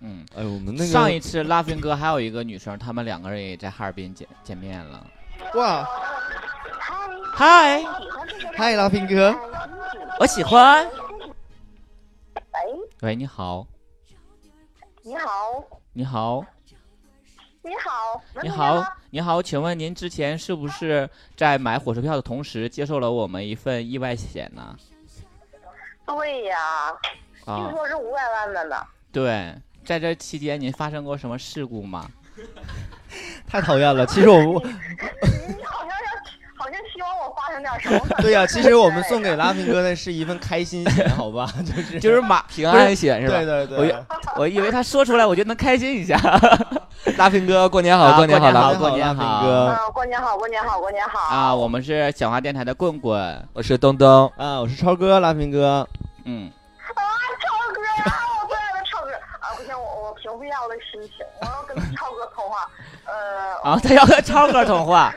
嗯，
哎，我们那个
上一次拉菲哥还有一个女生，他们两个人也在哈尔滨见见面了。
哇，
嗨，
嗨，拉平哥，
我喜欢。喂，你好，
你好，
你好，
你好，
你好，你好，请问您之前是不是在买火车票的同时接受了我们一份意外险呢？
对呀，
啊，
说是五百万的呢。
对，在这期间您发生过什么事故吗？
太讨
[LAUGHS]
厌了。其实我们，。
你好像要，好像希望我发生点什么
对呀、其实我们送给拉平哥的是一份开心险，好吧？ [LAUGHS] 就是
就是
[LAUGHS]
马
平安险是吧？
对
我
对对
也，我以为他说出来我就能开心一下。
拉平哥，过年好，
啊
过年好，
过年好
拉
好，
过年
拉平
好
哥
嗯，过年好，过年好，过年好。
啊，我们是小花电台的棍棍，
我是东东，
啊，我是超哥，拉平哥，
嗯，
啊，超哥呀、我最爱的超哥啊！不行，我我平复一下我的心情，我要跟超哥通话。呃，
啊，他要跟超哥通话，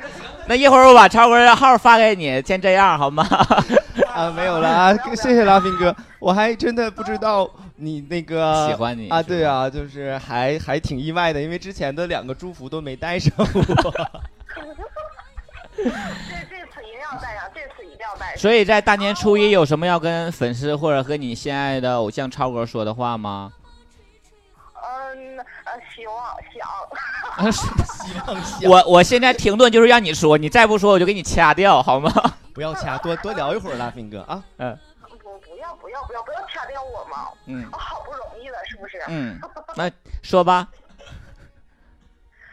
那一会儿我把超哥的号发给你，先这样好吗？ [LAUGHS]
啊，没有了啊，谢谢拉平哥，我还真的不知道你那个
喜欢你
啊，
是吧
对啊，就是还还挺意外的，因为之前的两个祝福都没带上
[LAUGHS]
我。
这这次一定要带上，这次一定要带上。
所以在大年初一有什么要跟粉丝或者和你心爱的偶像超哥说的话吗？
嗯，呃，希望想，
希望下
我我现在停顿就是让你说，你再不说我就给你掐掉好吗？ [LAUGHS]
不要掐，多多聊一会儿，拉平哥啊，
不不要不要不要不要掐掉我嘛！
嗯
我好不容易了，是不是？
嗯，那说吧，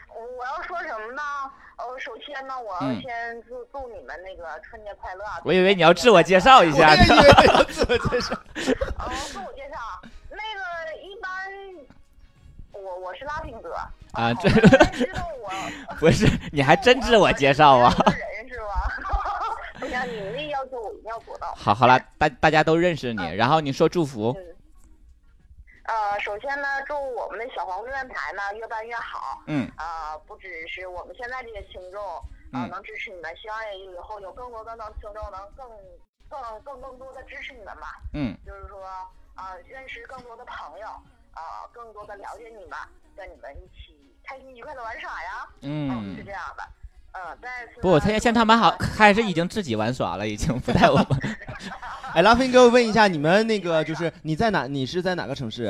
我我要说什么呢？呃，首先呢，我要
嗯
先祝祝你们那个春节快乐啊。
我以为你要自我介绍一
我
下
也
呢。 [LAUGHS]
以为要自我介绍。
嗯，自我介绍，那个一般，我我是拉丁哥呃
啊这
这知道我，
不是，你还真自我介绍啊？
我是 [LAUGHS] 人是吧？ [LAUGHS] 不行，你们那要求我一定要做到。
好，好了，大大家都认识你，然后你说祝福，
嗯，呃，首先呢，祝我们的小黄电台呢越办越好。
嗯
啊、不只是我们现在这些听众
嗯
啊、能支持你们，希望也以后有更多更多的听众能更更更更多的支持你们吧。
嗯，
就是说啊、认识更多的朋友，啊、更多的了解你们，跟你们一起开心愉快的玩耍呀。哦是
嗯
这。样的。呃，再次
不，
呢
他现在他们好
[LAUGHS]
开始已经自己玩耍了，已经不带我们。
[LAUGHS] 哎，拉平哥，我问一下，你们那个就是你在哪？你是在哪个城市？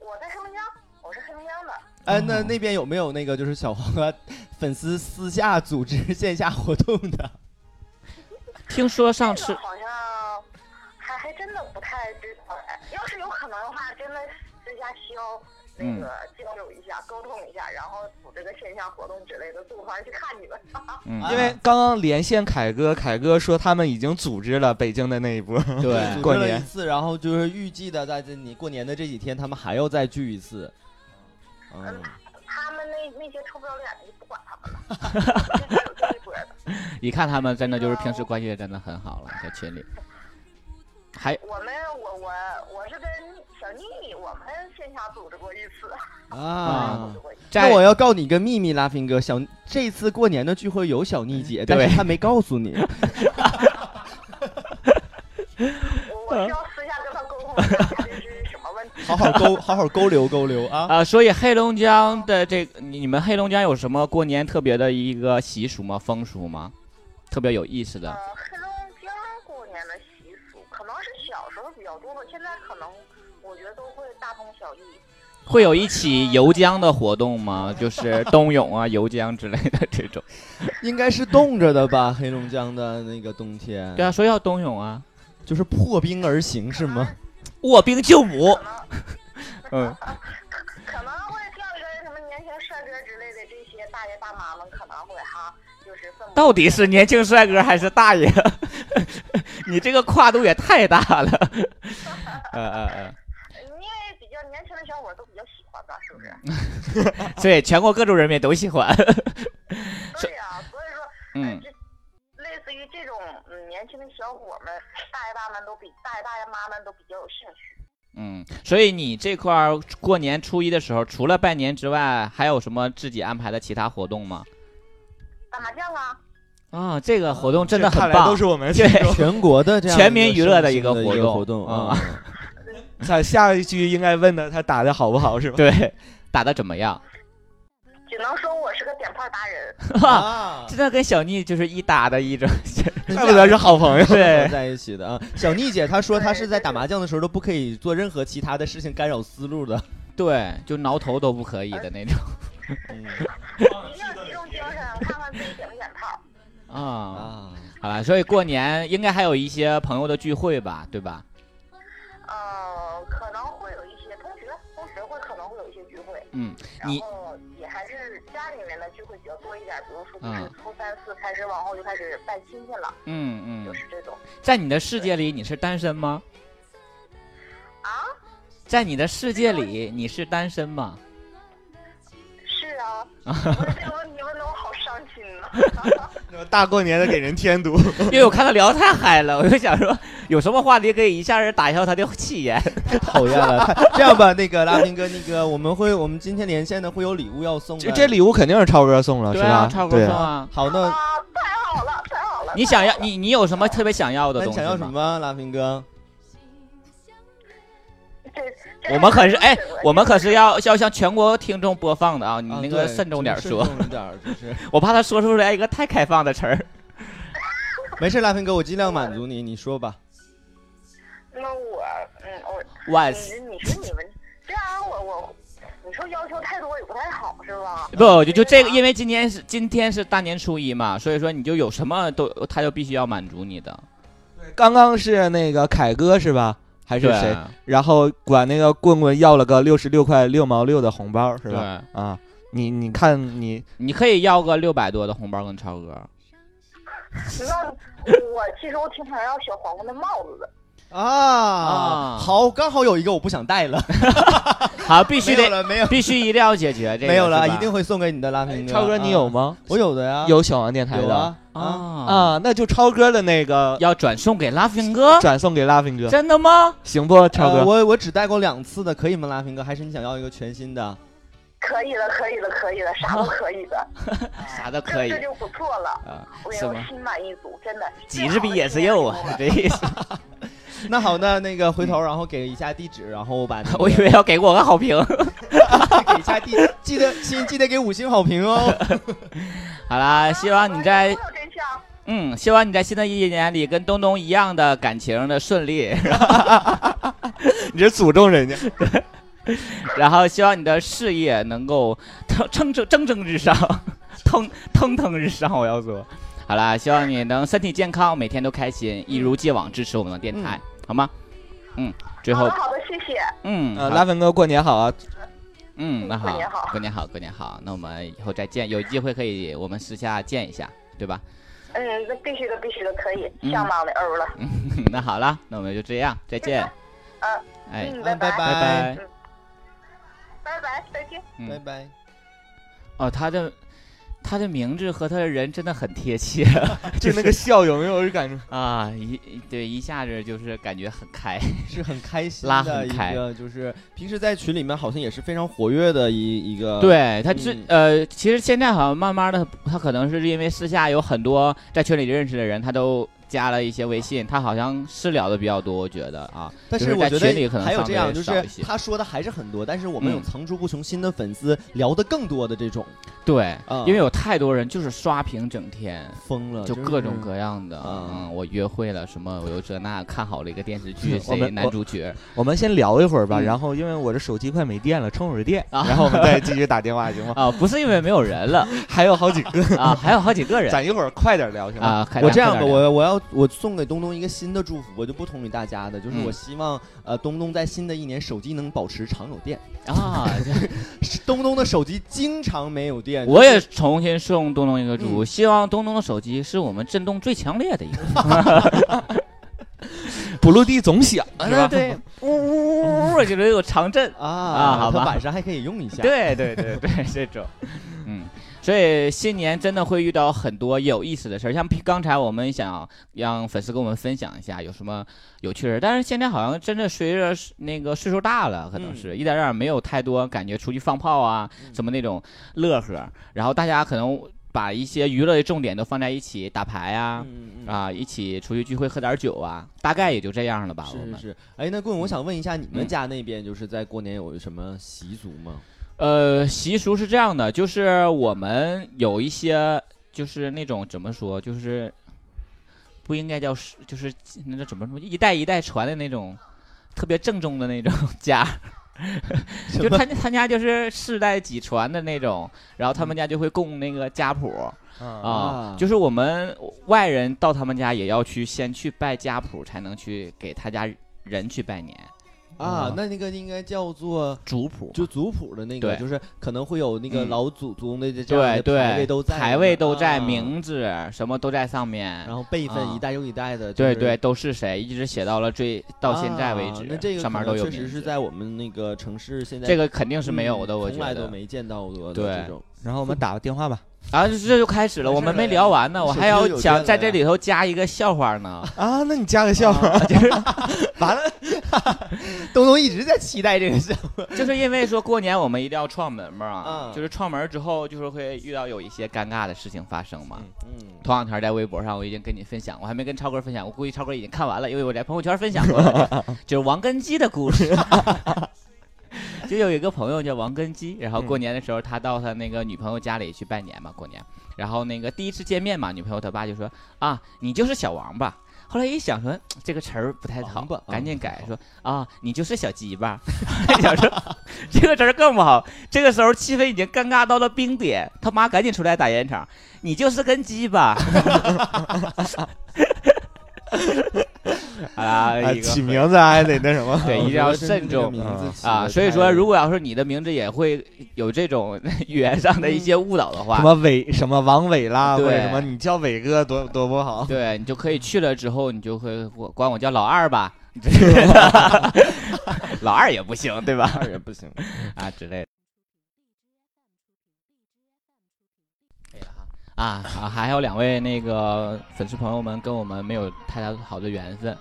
我在黑龙江，我是黑龙江的。
哎，那那边有没有那个就是小黄瓜粉丝私下组织线下活动 [LAUGHS] 的？
听说上
这
次
个好像还还真的不太知道哎。要是有可能的话，真的私下需要那个交流一下、沟通一下，然后组织个线下活动之类的，组团去看你们。
嗯
因为刚刚连线凯哥，凯哥说他们已经组织了北京的那一 [LAUGHS] 波，
组织
对
过
了
年
一次，然后就是预计的在这你过年的这几天，他们还要再聚一次。嗯，
他们那那些臭不要脸的就不管他们了，这边有这一波的。
一看他们真的就是平时关系真的很好了，在群里。还
我们我我我是跟小妮妮，我们线下组织过一次，
啊
组织。过一次。
那
在
我要告你个秘密，拉平哥，小这次过年的聚会有小妮姐，但
对
是她没告诉你。
我我是要私下跟他沟通一下，这是什么问题？
[LAUGHS] 好好勾，好好勾留勾留 [LAUGHS] 啊！
啊，所以黑龙江的这个，你们黑龙江有什么过年特别的一个习俗吗？风俗吗？特别有意思的
呃，黑龙江过年的习俗可能是小时候比较多吧，现在可能我觉得都会大同小异。
会有一起游江的活动吗？就是冬泳啊、游江之类的这种。
应该是冻着的吧？黑龙江的那个冬天，
[LAUGHS] 对啊，说要冬泳啊，
就是破冰而行是吗？
卧冰就补
可。
[LAUGHS]
能
嗯，
[LAUGHS] 可能会叫一个什么年轻帅哥之类的，这些大爷大妈们可能会哈，就是奋不
到底
[LAUGHS]
是年轻帅哥还是大爷？ [LAUGHS] 你这个跨度也太大了。呃呃呃，
因为比较年轻的小伙都比较喜欢吧，是不是？
嗯 [LAUGHS] 对，全国各族人民都喜欢。
对呀、所以说，呃
嗯，
这类似于这种嗯年轻的小伙们，大爷大们都比大爷大爷妈们都比较有兴趣。
嗯，所以你这块儿过年初一的时候，除了拜年之外，还有什么自己安排的其他活动吗？
打麻将啊，
啊、这个活动真的
这看
很
来
棒
都，是我们
对，
[LAUGHS]
[LAUGHS]
全国的这样
全民娱乐的
的
一个活
活
动
活动
啊
啊，
他哎下一句应该问的他打的好不好是吧？
对， [LAUGHS] 打的怎么样？
只能说我是个点炮达人。
啊
真的跟小妮就是一搭的一种，
怪不得是好朋友。
[LAUGHS] 对，
[LAUGHS] 在一起的啊。小妮姐她说她是在打麻将的时候都不可以做任何其他的事情干扰思路的。
对，就挠头都不可以的那 [LAUGHS] 种
嗯
[LAUGHS] 一定要集中精神，看看自己点不点炮。
啊、
啊，
好了，所以过年应该还有一些朋友的聚会吧，对吧？
呃，可能会有一些同学，同学会可能会有一些聚会，
嗯，
然
你
后也还是家里面的聚会比较多一点，比如说就
嗯
是初三四开始往后就开始拜亲戚了，
嗯
就
嗯，
是这种
在你的世界里你是单身吗？
啊，
在你的世界里你是单身吗？[LAUGHS]
是啊，不是这个问题问的我好伤心呢。
大过年的给人添堵，
[LAUGHS] 因为我看他聊得太嗨了，我就想说有什么话题可以一下子打消他的气焰。
[LAUGHS] 讨厌了。她这样吧，那个拉丁哥，那个我们会，我们今天连线的会有礼物要送
[LAUGHS] 这
的。
这礼物肯定是超哥送
哦
了，
对
是吧？
啊，超哥
对
说啊，
好，
[LAUGHS]
那
啊，太好了，太好了！
你想要你你有什么特别想要的
那
东
你
西
想要什
吗？
么，拉丁哥？
这这
我们可是哎
这个，
我们可是要要向全国听众播放的啊！你
啊
那个
对
慎重点
慎
说，
重点儿 [LAUGHS] 就是。
我怕他说出来一个太开放的词儿。
没事，拉丁哥，我尽量满足你，你说吧。
那我嗯我
，once
你你说你们这样我我你说要求太多也不太好是吧？
不就就这个，因
为
为今天是今天是大年初一嘛，所以说你就有什么都他就必须要满足你的，
刚刚是那个凯哥是吧？还是
对
啊
谁？然后管那个棍棍要了个六十六块六毛六的红包是吧？
对，
啊，你你看你
你可以要个六百多的红包跟超哥。 [LAUGHS]
那我其实我挺想要小黄瓜的帽子的，
啊，好，刚好有一个我不想带了，
好，必须
没有
得
了，没有，
必须一定要解决这个，
没有了，
是吧哎
一定会送给你的，拉丁哥。
超哥你有
啊？
吗？
我有的呀，
有小王电台
有
的
啊啊。
啊
啊，那就超哥的那个
要转送给拉菲
啊
哥，
转送给拉菲哥，
真的吗？
行不？超
呃
哥，
我我只带过两次的，可以吗，拉平哥？还是你想要一个全新的？ [LAUGHS]
可以的，可以的，可以
[LAUGHS]
的，啥都可以的，
啥都可
这
以
这就不错了。
啊，
我
是
我
吗？
心满意足，真的。
几日毕也是肉啊，这意思。
那好，那那个回头然后给一下地址，然后
[LAUGHS]
我把那个
我以
[LAUGHS]
为要给我个好评。
给一下地，址，记得亲记得给五星好
[LAUGHS]
评哦。
好
啊
啦， [LAUGHS] 希望你在
我有真相，
嗯，希望你在新的一年里跟东东一样的感情的顺利，
你这诅咒人家，
然后希望你的事业能够腾蒸蒸蒸蒸日上，腾腾腾日上，我要说。好啦，希望你能身体健康，每天都开心，一如既往支持我们的电台，好吗？嗯，最
好
后
的，好的，谢谢。
嗯，
呃，
好
拉菲哥过年好啊，
嗯，那好，
过年好
过年好，过年好。那我们以后再见，有机会可以我们私下见一下，对吧？ [LAUGHS]
嗯，那必须的，必须的，可以
嗯，
上当的欧了。
那好了，那我们就这样，再见。
嗯
哎，
嗯，
拜
拜，
拜
拜
拜。
拜拜，再见。
嗯
拜拜。
哦，他的他的名字和他的人真的很贴切
[LAUGHS]
[LAUGHS]
就那个笑有没有？我就感觉
啊，一对一下子就是感觉很开。
是很开心
拉
的
很
一
开
个，就是平时在群里面好像也是非常活跃的一一个。，
对他之
嗯
呃，其实现在好像慢慢的，他可能是因为私下有很多在群里认识的人，他都加了一些微信，他好像私聊的比较多，我觉得啊。
但
就是
我
在
觉
群里可
得
能
还有
放
这
得
样，就
少
是
一些
他说的还是很多，但是我们有
嗯
层出不穷新的粉丝聊的更多的这种
对，
嗯
因为有太多人就是刷屏整天。
疯了，
就各种各样的，
啊
嗯，我约会了什么，我又这那，看好了一个电视剧，
嗯我
谁
们
男
我
主角
我们先聊一会儿吧，
嗯
然后因为我这手机快没电了，充会儿电，
啊
然后我们再继续打电话，行吗？
啊，不是因为没有人了
[LAUGHS] 还有好几个， [LAUGHS]
啊，还有好几个人
咱一会儿快点聊，行吗？
啊，开
我
咱
这样
快
吧，
点
我我要我送给东东一个新的祝福，我就不同于大家的，就是
嗯
我希望呃东东在新的一年手机能保持常有电。
啊，
东东的手机经常没有电，
我也重新送东东一个祝福，希望东东的手机是我们震动最强烈的一个，
不落地总响，是吧？
[LAUGHS] 对，呜呜呜呜呜，就是有长震，
啊
啊好吧
他晚上还可以用一下。啊
对对对
[LAUGHS]
对，这种，嗯，所以新年真的会遇到很多有意思的事儿，像刚才我们想让粉丝跟我们分享一下有什么有趣的事儿，但是现在好像真的随着是那个岁数大了，可能是、
嗯
一点点儿没有太多感觉出去放炮啊、什么那种乐呵，然后大家可能把一些娱乐的重点都放在一起打牌啊。
嗯，嗯嗯
啊，一起出去聚会喝点儿酒啊，大概也就这样了吧。我
是
们
是是。哎，那棍，我想问一下，你们
嗯
家那边就是在过年有什么习俗吗？
呃，习俗是这样的，就是我们有一些就是那种怎么说，就是不应该叫是就是那叫怎么说，一代一代传的那种特别正宗的那种 [LAUGHS] 家。就他他家就是世代几传的那种，然后他们家就会供那个家谱啊
嗯
啊，
就是我们外人到他们家也要去先去拜家谱，才能去给他家人去拜年，
啊，那那个应该叫做
族谱
就族谱的那个，
对
就是可能会有那个
嗯
老祖宗的这这样
对
的
对，
牌位都在，
牌位都在，
啊，
名字什么都在上面
然。后辈分
啊
一代又一代的，
对对，，都是谁，一直写到了最到现在为
啊
止，
那这个
上面
可能
都有
确实
名
是
字
在我们那个城市现在
这个肯定是没有的，
嗯
我觉
从来
得。
都没见到过的
对
这种。
然后我们打个电话吧。
啊，这这就开始了，
完
我
事
们
儿
没
了
聊完
[LAUGHS]
呢，我
手
还
机
要
就有
想
电
在
了
这
呀
里头加一个笑话
[LAUGHS]
呢。
啊，那你加个笑话，
完了， [LAUGHS] 东东一直在期待这个事。
就是因为说过年我们一定要串门嘛，
嗯
就是串门之后就是会遇到有一些尴尬的事情发生嘛。
嗯，
头两天在微博上我已经跟你分享，我还没跟超哥分享，我估计超哥已经看完了，因为我在朋友圈分享过
[LAUGHS]
了，就是王根基的故事。 [LAUGHS] 就有一个朋友叫王根基，然后过
嗯
年的时候他到他那个女朋友家里去拜年嘛，过年，然后那个第一次见面嘛，女朋友他爸就说啊，你就是小王八。后来一想说这个词儿不太好
王八，
赶紧
嗯
改
好
说啊，你就是小鸡巴。想说 [LAUGHS] 这个词儿更不好。这个时候气氛已经尴尬到了冰点，他妈赶紧出来打圆场，你就是根鸡巴。 [LAUGHS] 啊，
啊
一个
起名字还得那什 [LAUGHS] 么。
对，一定要慎重啊！所以说，如果要是你的名字也会有这种 [LAUGHS] 语言上的一些 [LAUGHS] 误导的
什
话，
么伟什么王伟啦，或
对
者什么，你叫伟哥多多不好。
对你就可以去了之后，你就会我管我叫老二吧， [LAUGHS] 老二也不行，对吧？
二也
[LAUGHS]
不行。
啊之类的。啊啊！还有两位那个粉丝朋友们跟我们没有太大好的缘
[LAUGHS]
分，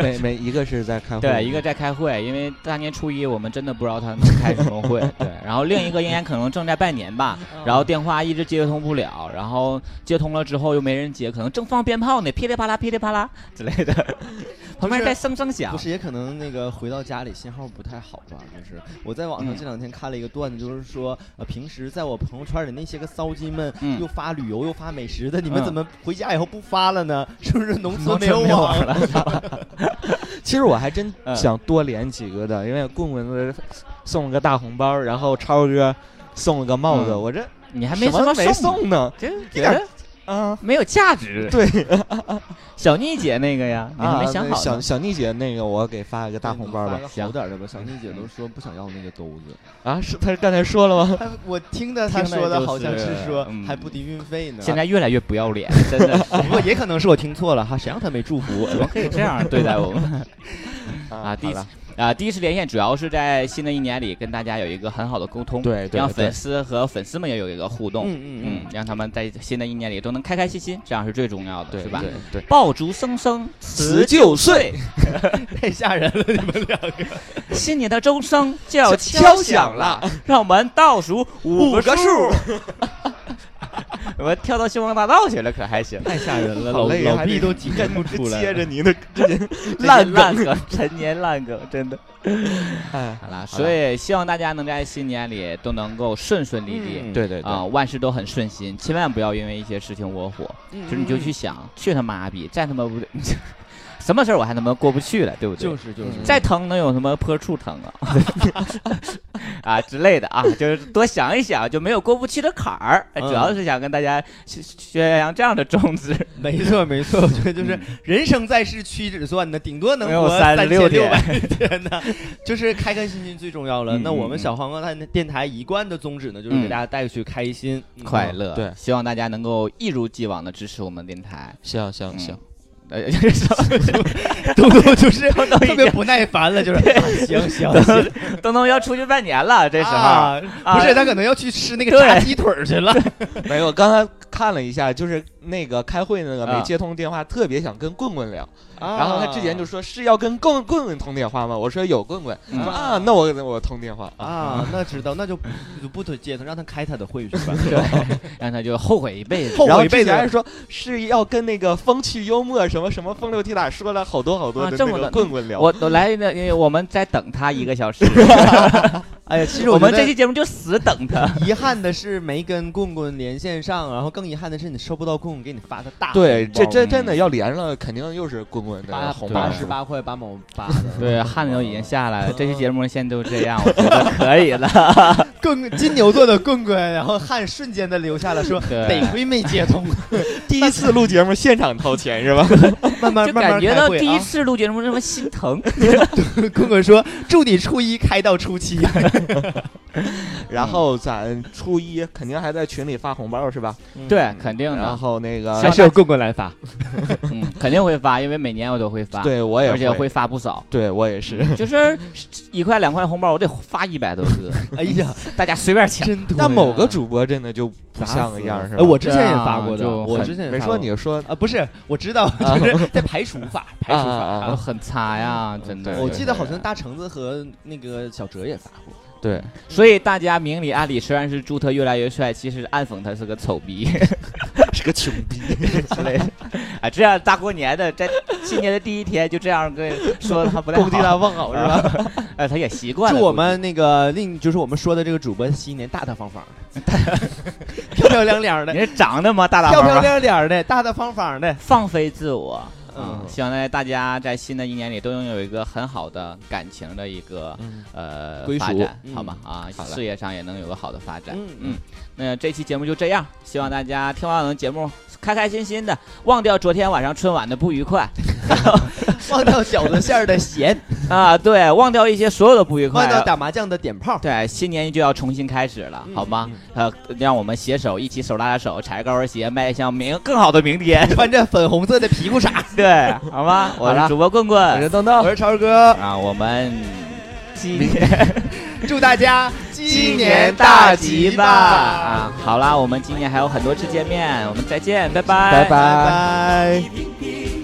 每每一个是在开会，
对，一个在开会，因为大年初一我们真的不知道他能开什么会，对。然后另一个应该可能正在拜年吧，然后电话一直接通不了，然后接通了之后又没人接，可能正放鞭炮呢，噼里啪啦噼里啪啦之类的，旁边在声声响
不。是，也可能那个回到家里信号不太好吧？就是我在网
嗯
上这两天看了一个段子，就是说，呃，平时在我朋友圈里那些个骚鸡们，
嗯
又发旅游又发美食的，你们
嗯
怎么回家以后不发了呢？ [LAUGHS] 是不是农村
农
没
村没有
网
网
了？
其实我还真
[LAUGHS] 嗯
想多连几个的，因为棍棍子送了个大红包，然后超哥送了个帽子，
嗯
我这
你还
什
什么
没
送呢，
送呢
这
一
觉
点
得
啊。
没有价值。
对，
小妮姐那个呀，你还没
啊
想
那
好
小
呢
小妮姐那个，我给发了个大红包吧。
发个好点儿的吧。小妮姐都说不想要那个兜子。
啊，是她刚才说了吗？
他我听的他
听的
说
就
的好像
是
是说
嗯
还不抵运费呢。
现在越来越不要
[LAUGHS]
脸，真的是
不过也可能是我听错了哈，谁让他没祝福我
怎么
呢？
可以这样对待我
[LAUGHS]
们啊？
好
第一次
了，
啊，第一次连线主要是在新的一年里跟大家有一个很好的沟通，
对对
让
对
粉丝和粉丝们也有一个互动，
嗯
嗯，让他们在新的一年里都能开开心心，这样是最重要的，
对
是吧？
对对，
爆竹声声辞
旧岁，
太吓人了，你们
嗯
两个。
新年的钟声就要
敲
响
响了，
让我们倒数
五
个
个数
数。 [LAUGHS] 我跳到星光大道去了，可还行。
太吓人了，
好
老
累啊
老
还
毕
得
都挤不出
[LAUGHS]
来了。
接着您的这些
烂烂梗， [LAUGHS] 陈年烂梗，真的。
哎，
好了，所以希望大家能在新年里都能够顺顺利利。
嗯
对对对，
啊、万事都很顺心，千万不要因为一些事情窝火，
嗯
就是你就去想，去他妈逼，再他妈不， [LAUGHS] 什么事儿我还他妈过不去了，对不对？
是就是
嗯
再疼能有什么破处疼啊？ [LAUGHS] 啊之类的啊，就是多想一想，就没有过不去的坎儿。
嗯
主要是想跟大家宣宣扬这样的宗旨。
没错没错，我觉得就是人生在世屈指算的，顶多能
嗯没有
活三
36
六
天
百 [LAUGHS] 天呢，就是开开心心最重要了。
嗯
那
嗯
我
嗯
们小黄瓜电电台一贯的宗旨呢，就是
嗯
给大家带去开心、嗯
快。
[LAUGHS]
乐，
对
希望大家能够一如既往的支持我们电台。 [LAUGHS]
行行
嗯
行，
呃，
东东
[LAUGHS]
就是
东已
特别
经
不耐烦了，就是啊行行行，
东东要出去拜年了，这时候、
啊不是
啊
他可能要去吃那个炸
对
鸡腿儿去
[LAUGHS]
了。
嗯
没有，刚刚看了一下，就是那个开会那个没
啊
接通电话，特别想跟棍棍聊，
啊然
然后他之前就说是要跟棍棍棍通电话吗？我说有棍棍，他说
啊
啊，那我我通电话
[LAUGHS]
啊，
啊，那知道，那就不就不推荐他，让他开他的会 [LAUGHS] 去吧。
让他就后悔一辈子。
后
然
悔
后
一辈
之
子
前还说是要跟那个风趣幽默什么什么风流倜傥，说了好多好多
啊
的
这
那
么
个
的
棍棍聊，
我我来那，因为我们在等他一个小 [LAUGHS] 时，
哎呀，其
[LAUGHS]
实
我们
觉
这
得
期节目就死等他。
遗憾的是没跟棍棍连线上，然后更遗憾的是你收不到棍棍给你发的大
对，这这
嗯
真的要连了，肯定又是棍棍
八
的红包
八十八块八毛八的。
对，汗都已经下 [LAUGHS] 来了，这期节目现在都这样，我觉得可以了。
棍金牛座的棍棍，然后汗瞬间的流下了， [LAUGHS] 说
对
得亏没接通，
第一次录节目现场掏钱
[LAUGHS]
是
嗯
吧？
慢慢
就
慢
感
慢
觉
开
到
会
第一
啊。
次录节目这么心疼。
棍棍说 [LAUGHS] 祝你初一开到初 [LAUGHS] 七，
然后咱初一肯定还在群里发红包是吧？
[LAUGHS] 对，肯定
然
的，
后那个
还是由
棍棍来发。
嗯，肯定会发，因为每年我都会发，
对我也
而且会发不
[LAUGHS]
少，
对我也
啊
是。
就是一块两块红包，我得发一百多个，
哎呀，
大家随便抢。
真多呀！
但某个主播真的就不像个样儿，是吧？
哎，我之前也发过
对
的，
啊就
我
很
之前也
没
发
说
过
你说
啊，不是，我知道，就是在排除法，排除
啊啊
法。
啊很擦呀，真的。
对
我
对
记得好像大橙子和那个小哲也发过。
对，
所以大家明里暗里虽然是祝他越来越帅，其实暗讽他是个丑
[LAUGHS]
逼 [LAUGHS]
是个穷逼，
之类的。啊，这样大过年的，在新年的第一天就这样跟说他不太
工地大
好，
忘好是吧？
[LAUGHS] 哎，他也习惯了。
祝我们那个另就是我们说的这个主播新年大大方方，
[LAUGHS]
漂漂亮亮
估
的
计，，你是长得吗？大大
漂
方
漂
方，
亮亮的，大大方方的。
放飞自我。
嗯
嗯，希望大家在新的一年里都拥有一个很好的感情的一个
嗯
呃
归属
发展，
嗯
好吗？啊，
好的
事业上也能有个好的发展。
嗯
嗯，那这期节目就这样，希望大家听完我们节目开开心心的，忘掉昨天晚上春晚的不愉
[LAUGHS]
快
忘掉饺子馅儿的咸，
啊，对，忘掉一些所有的不愉快
忘，掉打麻将的点炮。。
对，新年就要重新开始
嗯
了，好吗？呃，让我们携手一起手拉着手，踩着高跟鞋，迈向明更好的明天
[LAUGHS]
穿着粉红色的皮裤衩，
对，好吗？我
好了
是主播棍棍，
我是东东
我，是超哥，
啊，我们今
祝大家
[LAUGHS] 今
鸡
年大
大
吉吧！
吧！
啊，好啦，我们今年还有很多次见面，我们再见，拜
拜
拜
拜。
拜。
一滴滴，